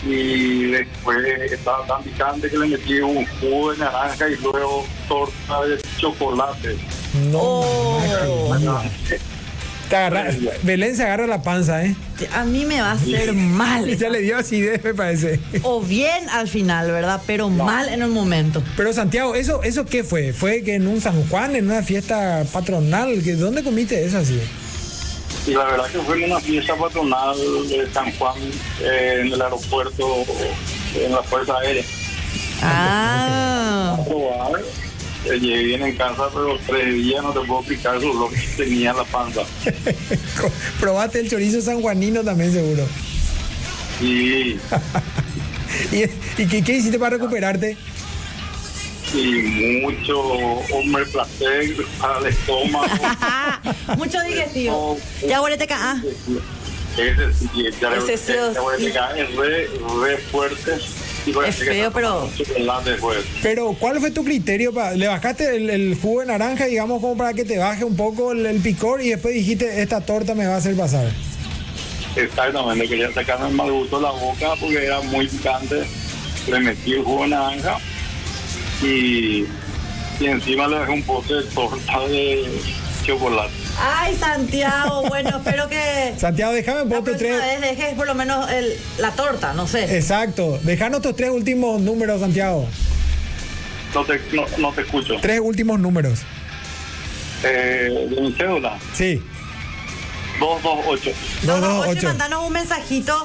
S8: Y después estaba tan picante que le metí un jugo de naranja y luego torta de chocolate.
S1: No,
S2: Oh.
S1: imagínate. Te agarra- Belén se agarra la panza, ¿eh?
S2: A mí me va a hacer mal.
S1: Y ya le dio acidez, me parece.
S2: O bien al final, ¿verdad? Pero mal en un momento.
S1: Pero Santiago, ¿eso, ¿eso qué fue? ¿Fue que en un San Juan, en una fiesta patronal? ¿Que, ¿Dónde comiste eso así?
S8: Y la verdad que fue en una fiesta patronal de San Juan eh, en el aeropuerto, en la Fuerza Aérea.
S2: Ah.
S8: probar. Eh, Llegué bien en casa, pero tres días no te puedo explicar su lo que tenía en la panza.
S1: Co- Probaste el chorizo sanjuanino también, seguro.
S8: Y,
S1: ¿Y, y qué, qué hiciste para recuperarte?
S8: y mucho hombre placer para el estómago.
S2: Mucho digestivo. Ya huélete acá. ah.
S8: Ese sí, ya le-
S2: Ese sí os-
S8: ya voy a explicar, es re, re fuerte. Y voy a
S2: Es
S8: explicar
S2: feo, pero-
S8: chocolate, pues.
S1: Pero, ¿cuál fue tu criterio? para ¿Le bajaste el, el jugo de naranja, digamos, como para que te baje un poco el, el picor y después dijiste, esta torta me va a hacer pasar?
S8: Exactamente, quería sacarme el mal gusto de la boca porque era muy picante. Le metí el jugo de naranja y, y encima le dejé un pote de torta de chocolate.
S2: Ay, Santiago, bueno, espero que
S1: Santiago, déjame un
S2: la
S1: poco
S2: próxima
S1: tres.
S2: vez dejes por lo menos el- la torta, no
S1: Eh,
S2: sé.
S1: Exacto. Dejanos tus tres últimos números, Santiago.
S8: No te, no, no te escucho.
S1: Tres últimos números.
S8: Eh, de mi cédula,
S1: Sí.
S8: 228.
S1: Dos,
S2: Dos,
S1: dos,
S2: ocho, y
S1: ocho.
S2: mandanos un mensajito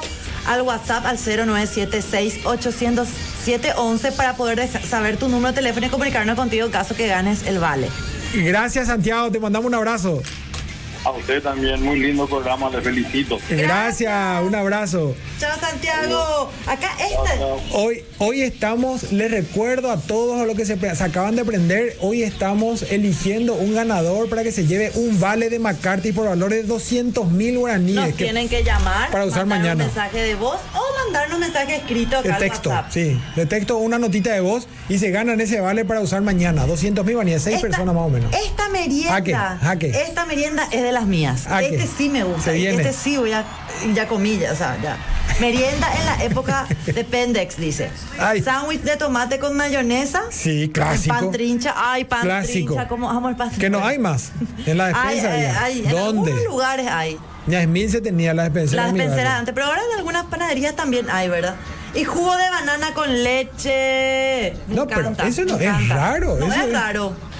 S2: al WhatsApp al 0976-800-711 para poder deja- saber tu número de teléfono y comunicarnos contigo en caso que ganes el vale.
S1: Gracias, Santiago. Te mandamos un abrazo.
S8: A usted también, muy lindo programa, le felicito.
S1: Gracias. Un abrazo.
S2: Chao, Santiago. Acá este.
S1: Hoy, hoy estamos, les recuerdo a todos a los que se, pre- se acaban de aprender, hoy estamos eligiendo un ganador para que se lleve un vale de McCarthy por valor de 200 mil guaraníes.
S2: Nos
S1: Que-
S2: tienen que llamar
S1: para usar
S2: mandar
S1: mañana.
S2: Un mensaje de voz o mandarnos un mensaje escrito acá
S1: de
S2: al
S1: texto,
S2: WhatsApp.
S1: sí, de texto, una notita de voz y se ganan ese vale para usar mañana. 200 mil guaraníes, seis
S2: Esta-
S1: personas más o menos.
S2: Esta merienda.
S1: Jaque, jaque.
S2: Esta merienda es de las mías.
S1: Jaque.
S2: Este sí me gusta.
S1: Se viene.
S2: Este sí voy a. Ya comillas, o sea, ya. Merienda en la época de Pendex, dice.
S1: Ay.
S2: Sándwich de tomate con mayonesa.
S1: Sí, clásico.
S2: Pan trincha. Ay, pan
S1: Clásico.
S2: trincha. ¿Cómo amo el pan
S1: Que no hay más. En la
S2: Ay,
S1: despensa.
S2: ay,
S1: había.
S2: ay, en
S1: ¿Dónde?
S2: algunos lugares hay.
S1: Yasmín se tenía la despensa.
S2: Las despenseras antes, pero ahora en algunas panaderías también hay, ¿verdad? Y jugo de banana con leche. Me
S1: No, pero
S2: encanta,
S1: eso no
S2: me
S1: es
S2: encanta.
S1: raro,
S2: No
S1: eso
S2: es
S1: es-
S2: raro.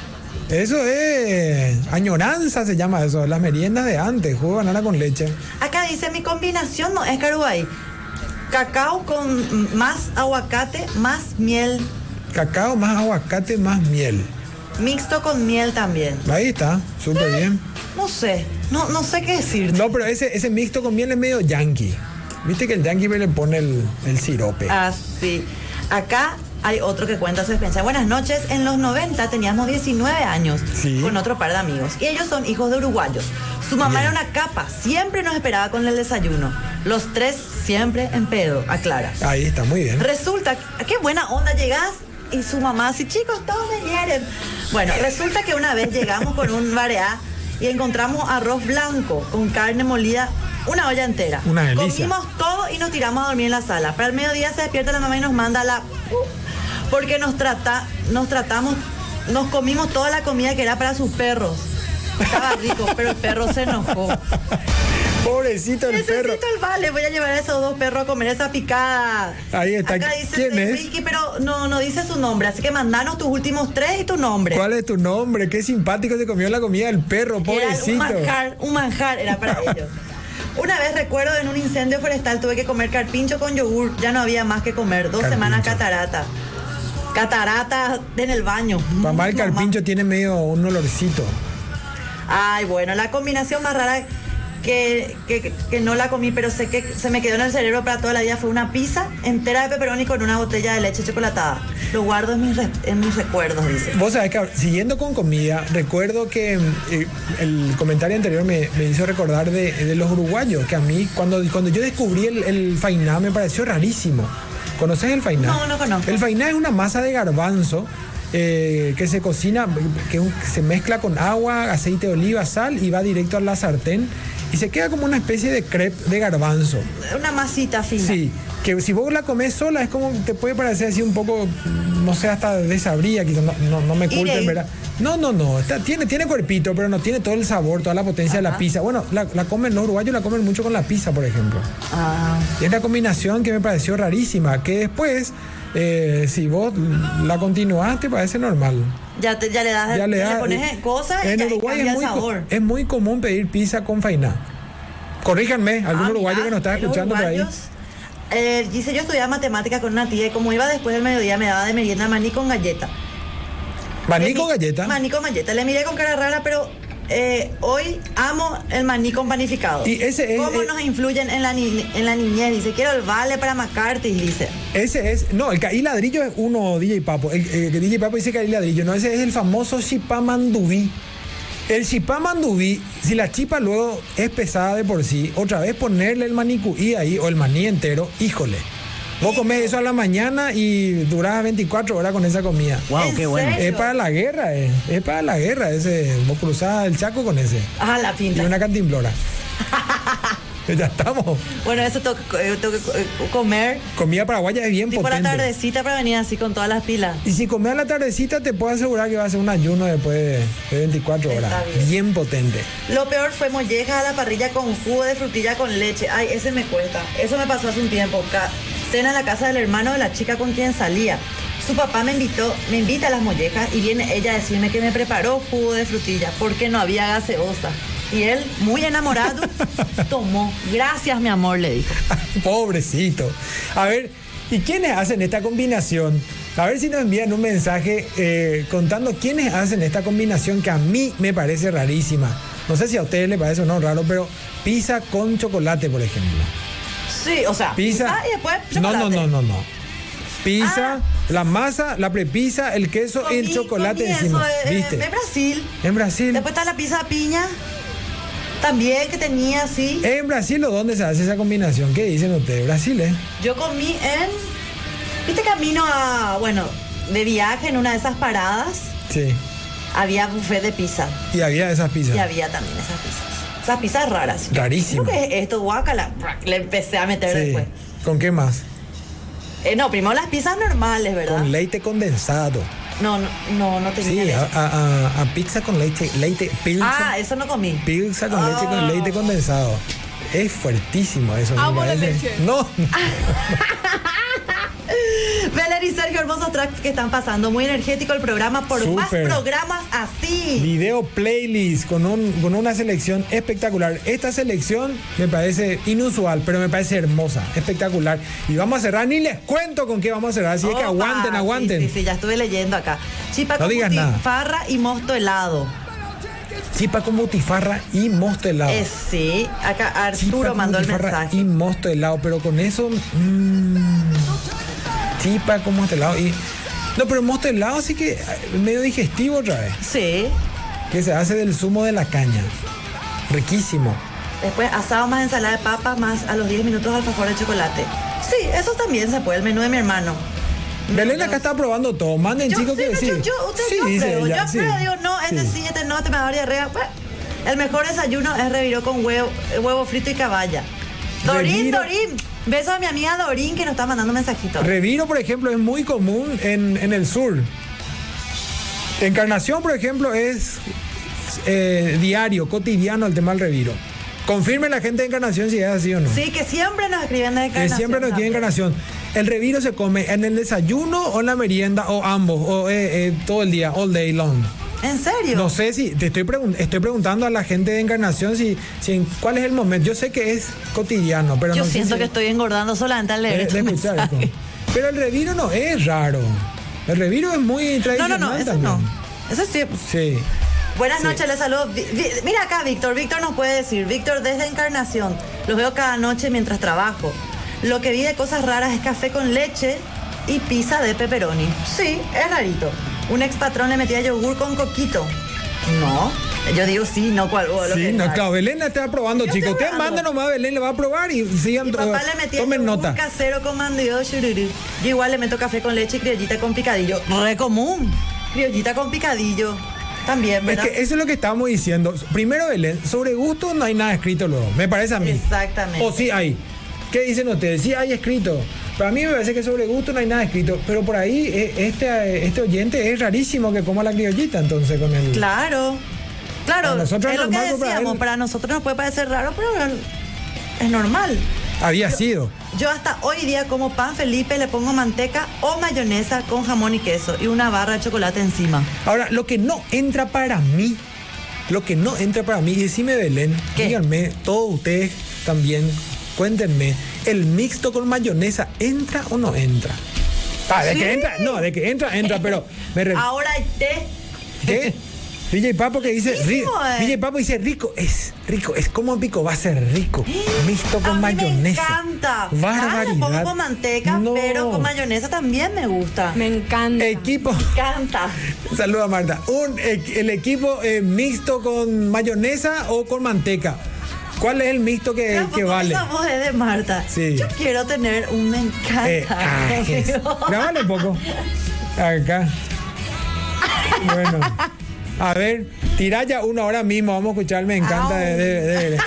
S1: Eso es añoranza se llama eso, las meriendas de antes, jugo de banana con leche.
S2: Acá dice mi combinación no es caruay. Cacao con más aguacate, más miel,
S1: Cacao más aguacate más miel.
S2: mixto con miel también.
S1: Ahí está, súper bien.
S2: No sé, no, no sé qué decir.
S1: No, pero ese, ese mixto con miel es medio yankee. Viste que el yankee le pone el, el sirope.
S2: Así. Ah, Acá hay otro que cuenta su experiencia. Buenas noches. En los 90 teníamos 19 años
S1: Sí.
S2: con otro par de amigos. Y ellos son hijos de uruguayos. Su mamá era una capa. Siempre nos esperaba con el desayuno. Los tres siempre en pedo, aclara.
S1: Ahí está, muy bien.
S2: Resulta, qué buena onda llegás y su mamá así, chicos, todos me hieren. Bueno, resulta que una vez llegamos con un bareá y encontramos arroz blanco con carne molida, una olla entera.
S1: Una delicia.
S2: Comimos todo y nos tiramos a dormir en la sala. Para el mediodía se despierta la mamá y nos manda la... Porque nos, trata, nos tratamos, nos comimos toda la comida que era para sus perros. Estaba rico, pero el perro se enojó.
S1: Pobrecito el
S2: Necesito
S1: perro.
S2: el vale, voy a llevar a esos dos perros a comer esa picada.
S1: Ahí está.
S2: Acá dice
S1: ¿Quién
S2: de
S1: es?
S2: Ricky, pero no, no dice su nombre, así que mandanos tus últimos tres y tu nombre.
S1: ¿Cuál es tu nombre? Qué simpático se comió la comida del perro,
S2: Era un
S1: pobrecito.
S2: manjar, un manjar era para ellos. Una vez recuerdo en un incendio forestal tuve que comer carpincho con yogur, ya no había más que comer, dos
S1: Carpincho.
S2: semanas catarata. Catarata en el baño.
S1: Mamá, el
S2: Mamá.
S1: carpincho tiene medio un olorcito.
S2: Ay, bueno, la combinación más rara que, que- que no la comí, pero sé que se me quedó en el cerebro para toda la vida fue una pizza entera de pepperoni con una botella de leche chocolatada. Lo guardo en mis, re- en mis recuerdos, dice.
S1: Vos sabés que siguiendo con comida, recuerdo que mm, eh, el comentario anterior me, me hizo recordar de, de los uruguayos, que a mí cuando, cuando yo descubrí el, el fainá me pareció rarísimo. ¿Conoces el fainá?
S2: No, no conozco.
S1: El fainá es una masa de garbanzo eh, que se cocina, que un- se mezcla con agua, aceite de oliva, sal y va directo a la sartén y se queda como una especie de crepe de garbanzo.
S2: Una masita fina.
S1: Sí, que si vos la comes sola es como, te puede parecer así un poco, no sé, hasta desabría, quizás no, no, no me
S2: Iré.
S1: culpen, ¿verdad? No, no, no, está- tiene, tiene cuerpito, pero no tiene todo el sabor, toda la potencia de la pizza. Bueno, la, la comen, los uruguayos la comen mucho con la pizza, por ejemplo.
S2: Ah,
S1: Y es la combinación que me pareció rarísima, que después, eh, si vos la continuaste, parece normal.
S2: ya, te- ya Ah, le das,
S1: Ya le, da- eh,
S2: pones cosas
S1: en
S2: y ya
S1: Uruguay
S2: cambia
S1: es muy,
S2: el
S1: co-
S2: sabor.
S1: es muy común pedir pizza con fainá. Corríjanme, algún
S2: Ah,
S1: uruguayo
S2: mirá,
S1: que nos está
S2: los
S1: escuchando por ahí.
S2: uruguayos, eh, dice, yo estudiaba matemáticas con una tía y como iba después del mediodía me daba de merienda maní con galleta.
S1: Maní
S2: Le
S1: con
S2: mi-
S1: galleta.
S2: Maní con galleta. Le miré con cara rara, pero eh, hoy amo el maní con panificado.
S1: Y ese es-
S2: ¿Cómo
S1: eh,
S2: nos influyen en la, ni- en la niñez? Dice, quiero el vale para McCarthy, dice.
S1: Ese es, no, el caí ladrillo es uno, DJ Papo. El, eh, que DJ Papo dice caí ladrillo, no, ese es el famoso chipamandubí. El chipamandubí, si la chipa luego es pesada de por sí, otra vez ponerle el manicuí ahí o el maní entero, híjole. Vos comés eso a la mañana y durás 24 horas con esa comida.
S2: ¿En
S9: Wow, qué bueno.
S2: serio?
S1: Es para la guerra, eh. es para la guerra ese. Vos cruzás el chaco con ese.
S2: Ah, la
S1: Y
S2: pinta.
S1: una cantimplora. ya estamos.
S2: Bueno, eso tengo que, eh, tengo que, eh, comer.
S1: Comida paraguaya es bien
S2: Tipo
S1: potente.
S2: la tardecita para venir así con todas las pilas.
S1: Y si comes a la tardecita, te puedo asegurar que va a ser un ayuno después de, de 24
S2: Está
S1: horas.
S2: bien.
S1: Bien. potente.
S2: Lo peor fue molleja a la parrilla con jugo de frutilla con leche. Ay, ese me cuesta. Eso me pasó hace un tiempo. Ca- Cena en la casa del hermano de la chica con quien salía. Su papá me invitó, me invita a las mollejas y viene ella a decirme que me preparó jugo de frutilla porque no había gaseosa. Y él, muy enamorado, tomó. Gracias, mi amor, le dijo.
S1: Pobrecito. A ver, ¿y quiénes hacen esta combinación? A ver si nos envían un mensaje eh, contando quiénes hacen esta combinación que a mí me parece rarísima. No sé si a ustedes les parece o no raro, pero pizza con chocolate, por ejemplo.
S2: Sí, o sea,
S1: Pizza.
S2: Ah, y después
S1: no,
S2: chocolate.
S1: no, no, no, no. Pizza,
S2: Ah.
S1: la masa, la prepizza, el queso,
S2: Comí-
S1: el chocolate
S2: comí eso,
S1: encima.
S2: eh,
S1: ¿Viste?
S2: En Brasil.
S1: En Brasil.
S2: Después está la pizza de piña. También que tenía así.
S1: ¿En Brasil o dónde se hace esa combinación? ¿Qué dicen ustedes? Brasil, ¿eh?
S2: Yo comí en. Viste camino a. Bueno, de viaje en una de esas paradas
S1: Sí.
S2: había buffet de pizza.
S1: Y había esas pizzas.
S2: Y había también esas pizzas. Esas pizzas raras.
S1: Rarísimo.
S2: Creo que esto, guacala. Le empecé a meter
S1: Sí.
S2: después.
S1: ¿Con qué más?
S2: Eh, no, primero las pizzas normales, ¿verdad?
S1: Con leite condensado.
S2: No, no, no, no tenía.
S1: Sí,
S2: leche.
S1: a, a- a- a pizza con leite, leite pizza.
S2: Ah, Oh. eso no comí.
S1: Pizza con leche con leite condensado. Es fuertísimo eso. me
S2: Ah,
S1: parece. No,
S2: Valeria y Sergio, hermosos tracks que están pasando. Muy energético el programa. Por más
S1: Súper.
S2: programas así.
S1: video playlist con, un- con una selección espectacular. Esta selección me parece inusual, pero me parece hermosa, espectacular. Y vamos a cerrar, ni les cuento con qué vamos a cerrar, así es que
S2: Opa,
S1: aguanten,
S2: sí,
S1: aguanten.
S2: Sí, sí, ya estuve leyendo acá. Chipa
S1: No
S2: con
S1: digas nada.
S2: butifarra y mosto helado.
S1: Chipa con butifarra y mosto helado.
S2: Eh, sí, acá
S1: Chipa
S2: Arturo
S1: con
S2: mandó el
S1: butifarra
S2: mensaje.
S1: Y mosto helado, pero con eso. mm, chipa con mosto helado y. No, pero mosto helado sí que eh, medio digestivo otra vez.
S2: Sí.
S1: Que se hace del zumo de la caña. Riquísimo.
S2: Después asado más ensalada de papa más a los 10 minutos alfajor de chocolate. Sí, eso también se puede, el menú de mi hermano.
S1: Belén acá está probando todo. Manden
S2: Yo,
S1: chicos
S2: sí,
S1: que
S2: no,
S1: sí.
S2: yo, yo, usted
S1: Sí,
S2: yo
S1: dice
S2: apruebo, yo
S1: ella, sí.
S2: apruebo, digo, no, este sí.
S1: Sí.
S2: este no, este eh, me va a dar diarrea. Bueno, el mejor desayuno es reviró con huevo, huevo frito y caballa. Dorín,
S1: Reviro.
S2: Dorín. Beso a mi amiga Dorín que nos está mandando mensajitos.
S1: Reviro, por ejemplo, es muy común en, en el sur. Encarnación, por ejemplo, es eh, diario, cotidiano el tema del reviro. Confirme la gente de Encarnación si es así o no.
S2: Sí, que siempre nos escriben de
S1: Eh,
S2: encarnación.
S1: siempre nos tiene
S2: también.
S1: encarnación. El reviro se come en el desayuno o en la merienda o ambos, o eh, eh, todo el día, all day long.
S2: ¿En serio?
S1: No sé si, te estoy, pregun- estoy preguntando a la gente de Encarnación si, si en- cuál es el momento. Yo sé que es cotidiano, pero
S2: Yo
S1: no sé
S2: siento
S1: si-
S2: que estoy engordando solamente al leer
S1: de- de
S2: este
S1: escuchar
S2: mensaje.
S1: esto. Pero el reviro no es raro. El reviro es muy
S2: No, no,
S1: tradicional.
S2: no, eso
S1: también.
S2: no. Eso sí.
S1: Sí.
S2: Buenas noches, les saludo. Vi- vi- Mira acá, Víctor. Víctor nos puede decir. Víctor, desde Encarnación. Los veo cada noche mientras trabajo. Lo que vi de cosas raras es café con leche y pizza de pepperoni. Sí, es rarito. Un ex patrón le metía yogur con coquito. No. Yo digo sí, no cual. o lo
S1: Sí,
S2: que
S1: no,
S2: sea.
S1: claro, Belén la está probando,
S2: Yo
S1: chicos.
S2: estoy
S1: Usted
S2: probando.
S1: manda nomás, Belén le va a probar y sigan.
S2: Mi papá le metía
S1: tomen
S2: yogur
S1: nota.
S2: casero con mandioca, chururú. Yo igual le meto café con leche y criollita con picadillo. Re común. Criollita con picadillo. También,
S1: Es
S2: ¿verdad?
S1: que eso es lo que estábamos diciendo. Primero, Belén, sobre gusto no hay nada escrito luego, me parece a mí.
S2: Exactamente.
S1: O sí hay. ¿Qué dicen ustedes? Sí hay escrito. Para mí me parece que sobre gusto no hay nada escrito. Pero por ahí, eh, este, eh, este oyente es rarísimo que coma la criollita entonces con el...
S2: Claro. Claro,
S1: Para nosotros
S2: es
S1: es
S2: lo que
S1: normal, pero para
S2: decíamos.
S1: él-
S2: Para nosotros nos puede parecer raro, pero es normal.
S1: Había sido.
S2: Yo hasta hoy día como pan Felipe, le pongo manteca o mayonesa con jamón y queso y una barra de chocolate encima.
S1: Ahora, lo que no entra para mí, lo que no entra para mí, y decime Belén,
S2: ¿Qué?
S1: díganme, todos ustedes también, cuéntenme, ¿el mixto con mayonesa entra o no entra? Ah, de que entra, no, de que entra, entra, pero me refiero.
S2: Ahora hay té.
S1: ¿Qué? DJ Papo que dice,
S2: Riquísimo,
S1: ri-
S2: eh.
S1: DJ Papo dice rico, es rico, es como pico, va a ser rico, mixto
S2: A
S1: con
S2: mí
S1: mayonesa.
S2: Me encanta. Ah,
S1: Barbaridad.
S2: le pongo con manteca,
S1: No.
S2: pero con mayonesa también me gusta. Me
S4: Me encanta.
S1: Equipo,
S2: encanta.
S1: saluda Marta. Un, e- el equipo eh, mixto con mayonesa o con manteca. ¿Cuál es el mixto que,
S2: Tampoco
S1: que vale?
S2: Esa voz es de Marta.
S1: Sí.
S2: Yo quiero tener un me encanta.
S1: Eh, ah, es-
S2: amigo.
S1: grabale un poco. Acá. Bueno. A ver, tirá ya uno ahora mismo. Vamos a escuchar, me
S2: Ah,
S1: encanta. de- de- de- de-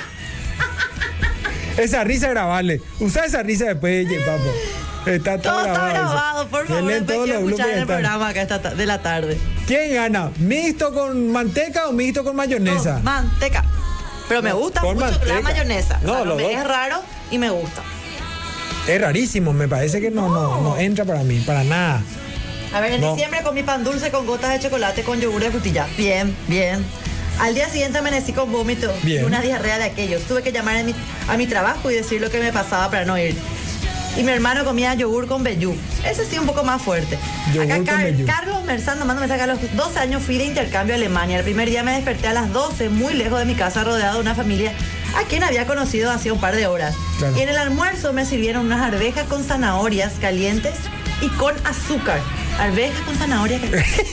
S1: Esa risa grabale. Usa esa risa después, ye, papo. Está todo,
S2: Todo está
S1: grabado. eso.
S2: grabado, por favor.
S1: Denle
S2: después
S1: todos
S2: quiero
S1: los
S2: escuchar
S1: bloopers
S2: en el
S1: que están.
S2: programa acá esta ta- de la tarde.
S1: ¿Quién gana? ¿Mixto con manteca o mixto con mayonesa?
S2: Con manteca. Pero me
S1: No,
S2: gusta
S1: con
S2: mucho
S1: manteca.
S2: la mayonesa.
S1: No,
S2: o sea,
S1: los
S2: me-
S1: dos.
S2: es raro y me gusta.
S1: es rarísimo, me parece que no, no, no entra para mí, para nada.
S2: A ver, en
S1: No.
S2: diciembre comí pan dulce con gotas de chocolate con yogur de frutilla. Bien, bien. Al día siguiente amanecí con vómito
S1: Bien.
S2: y una diarrea de aquellos. Tuve que llamar a mi, a mi trabajo y decir lo que me pasaba para no ir. Y mi hermano comía yogur con vellú. Ese sí un poco más fuerte.
S1: Yogur
S2: Acá
S1: con
S2: Car-
S1: vellú.
S2: Carlos Merzán nos manda mensaje. A los 12 años fui de intercambio a Alemania. El primer día me desperté a las 12, muy lejos de mi casa, rodeado de una familia a quien había conocido hace un par de horas.
S1: Claro.
S2: Y en el almuerzo me sirvieron unas arvejas con zanahorias calientes y con azúcar. Arvejas con zanahorias calientes.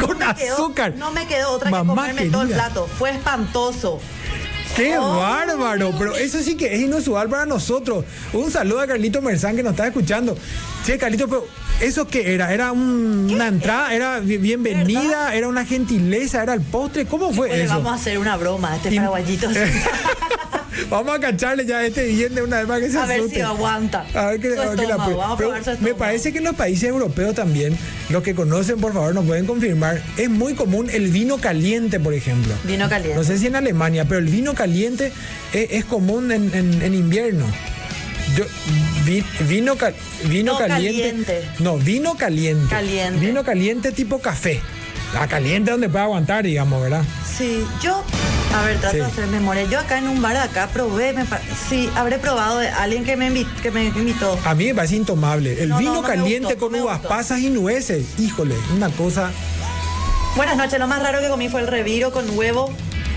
S1: con
S2: Me quedó-
S1: azúcar.
S2: No me quedó otra
S1: Mamá
S2: que comerme todo el
S1: querida.
S2: plato. Fue espantoso.
S1: ¡Qué
S2: Oh.
S1: bárbaro! Pero eso sí que es inusual para nosotros. Un saludo a Carlito Merzán que nos está escuchando. Che, Carlito, pero ¿eso qué era? ¿Era un- una entrada? ¿Era bi- bienvenida?
S2: ¿Verdad?
S1: ¿Era una gentileza? ¿Era el postre? ¿Cómo fue
S2: Pues le
S1: eso?
S2: vamos a hacer una broma a este
S1: Y-
S2: paraguayito.
S1: Vamos a cacharle ya a este billete una vez más que se
S2: A ver
S1: asuste.
S2: si aguanta
S1: A ver que,
S2: su
S1: a ver que la
S2: estómago.
S1: pruebe.
S2: Vamos a
S1: Pero
S2: probar su
S1: Me
S2: estómago.
S1: parece que en los países europeos también, los que conocen, por favor, nos pueden confirmar, es muy común el vino caliente, por ejemplo.
S2: Vino caliente.
S1: No sé si en Alemania, pero el vino caliente es, es común en, en- en invierno. Yo- vi- vino cal- vino
S2: No
S1: caliente,
S2: caliente.
S1: No, vino caliente.
S2: Caliente.
S1: Vino caliente tipo café. La caliente donde pueda aguantar, digamos, ¿verdad?
S2: Sí, yo, a ver, trato
S1: Sí.
S2: de hacer memoria. Yo acá en un bar de acá probé, me pa- sí, habré probado de alguien que me, invi- que me invitó.
S1: A mí me parece intomable. El
S2: No, no,
S1: vino
S2: no me
S1: caliente
S2: gustó,
S1: con
S2: no me
S1: uvas
S2: gustó.
S1: pasas y nueces. Híjole, una cosa.
S2: Buenas noches, lo más raro que comí fue el reviro con huevo,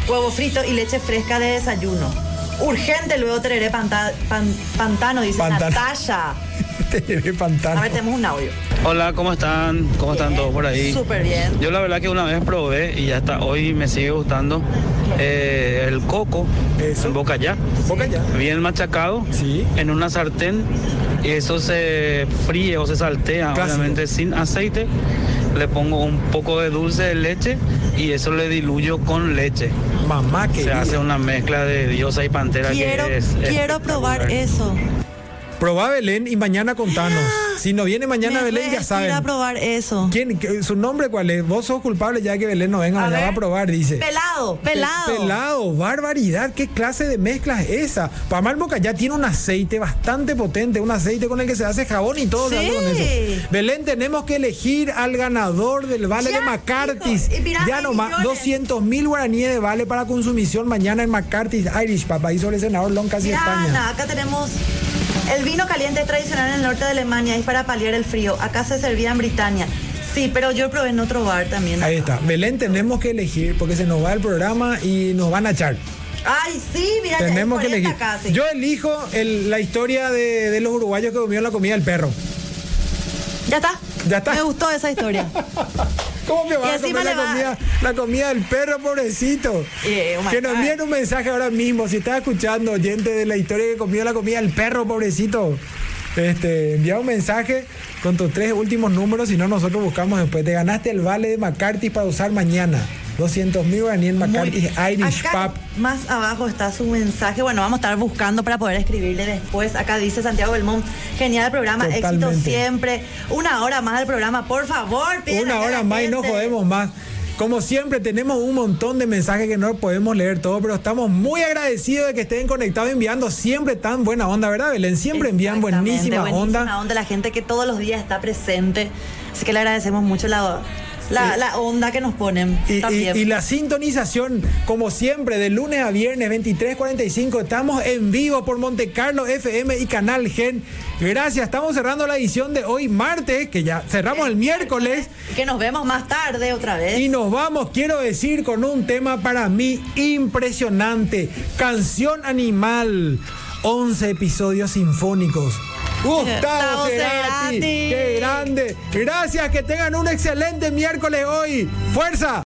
S2: huevo frito y leche fresca de desayuno. Urgente, luego tereré panta- pan- pantano, dice
S1: Pantano.
S2: Natalia.
S1: Tereré
S2: A
S1: pantano.
S2: ver, tenemos un audio.
S9: Hola, ¿cómo están? ¿Cómo están todos por ahí?
S2: Súper bien.
S9: Yo la verdad que una vez probé y ya hasta hoy me sigue gustando eh, el coco
S1: Eso.
S9: en boca ya,
S1: Boca ya.
S9: bien machacado
S1: Sí.
S9: en una sartén Y eso se fríe o se saltea,
S1: Clásico.
S9: obviamente sin aceite. Le pongo un poco de dulce de leche y eso le diluyo con leche.
S1: Mamá que
S9: Se hace una mezcla de diosa y pantera
S2: Quiero,
S9: que es. eh,
S2: quiero
S9: espectacular.
S2: probar eso.
S1: Probá Belén y mañana contanos. Si no viene mañana
S2: Me
S1: Belén, ya
S2: resta
S1: saben.
S2: ir a probar eso.
S1: ¿Quién, qué- ¿Su nombre cuál es? Vos sos culpable ya que Belén no venga,
S2: A
S1: mañana
S2: ver.
S1: va a probar, dice.
S2: Pelado, pelado.
S1: Pe- Pelado, barbaridad, qué clase de mezcla es esa. Pamal ya tiene un aceite bastante potente, un aceite con el que se hace jabón y todo se hace
S2: Sí.
S1: con eso. Belén, tenemos que elegir al ganador del vale
S2: Ya,
S1: de McCarthy's.
S2: hijo, y mirá,
S1: ya
S2: hay
S1: nomás,
S2: millones.
S1: 200 mil guaraníes de vale para consumición mañana en McCarthy's Irish, papá, y sobre senador Loncas y
S2: Mira, Ana,
S1: España.
S2: acá tenemos el vino caliente tradicional en el norte de Alemania es para paliar el frío. Acá se servía en Britania. Sí, pero yo probé en otro bar también.
S1: Ahí está, Belén, tenemos que elegir porque se nos va el programa y nos van a echar.
S2: Ay, sí, mira, ya es
S1: Tenemos que
S2: 40
S1: elegir.
S2: casi.
S1: Yo elijo el- la historia de, de los uruguayos que comieron la comida del perro.
S2: Ya está.
S1: Ya está.
S2: Me gustó esa historia.
S1: ¿Cómo que
S2: Y
S1: va a
S2: encima
S1: comer la
S2: le va-
S1: comida, la comida del perro, pobrecito?
S2: Eh, oh my
S1: que nos
S2: God.
S1: envíen un mensaje ahora mismo. Si estás escuchando, oyente de la historia que comió la comida del perro, pobrecito. Este, envía un mensaje con tus tres últimos números, si no nosotros buscamos después. Te ganaste el vale de McCarthy para usar mañana. 200 mil Daniel McCarthy Irish
S2: Acá,
S1: Pub.
S2: más abajo está su mensaje. Bueno, vamos a estar buscando para poder escribirle después. Acá dice Santiago Belmont, genial el programa, éxito
S1: Totalmente.
S2: siempre. Una hora más del programa, por favor. pídanle
S1: Una
S2: a la
S1: hora más y no
S2: gente.
S1: jodemos más. Como siempre, tenemos un montón de mensajes que no podemos leer todo, pero estamos muy agradecidos de que estén conectados enviando siempre tan buena onda, ¿verdad, Belén? Siempre envían
S2: Exactamente,
S1: buenísima,
S2: buenísima
S1: onda.
S2: onda. La gente que todos los días está presente. Así que le agradecemos mucho la, la, la onda que nos ponen
S1: Y, y-
S2: también.
S1: y la sintonización, como siempre, de lunes a viernes, 23.45, estamos en vivo por Monte Carlo FM y Canal Gen. Gracias, estamos cerrando la edición de hoy, martes, que ya cerramos el miércoles.
S2: que nos vemos más tarde otra vez.
S1: Y nos vamos, quiero decir, con un tema para mí impresionante. Canción Animal. 11 episodios sinfónicos. Gustavo
S2: Gustavo
S1: Cerati.
S2: Cerati.
S1: ¡Qué grande! Gracias, que tengan un excelente miércoles hoy. ¡Fuerza!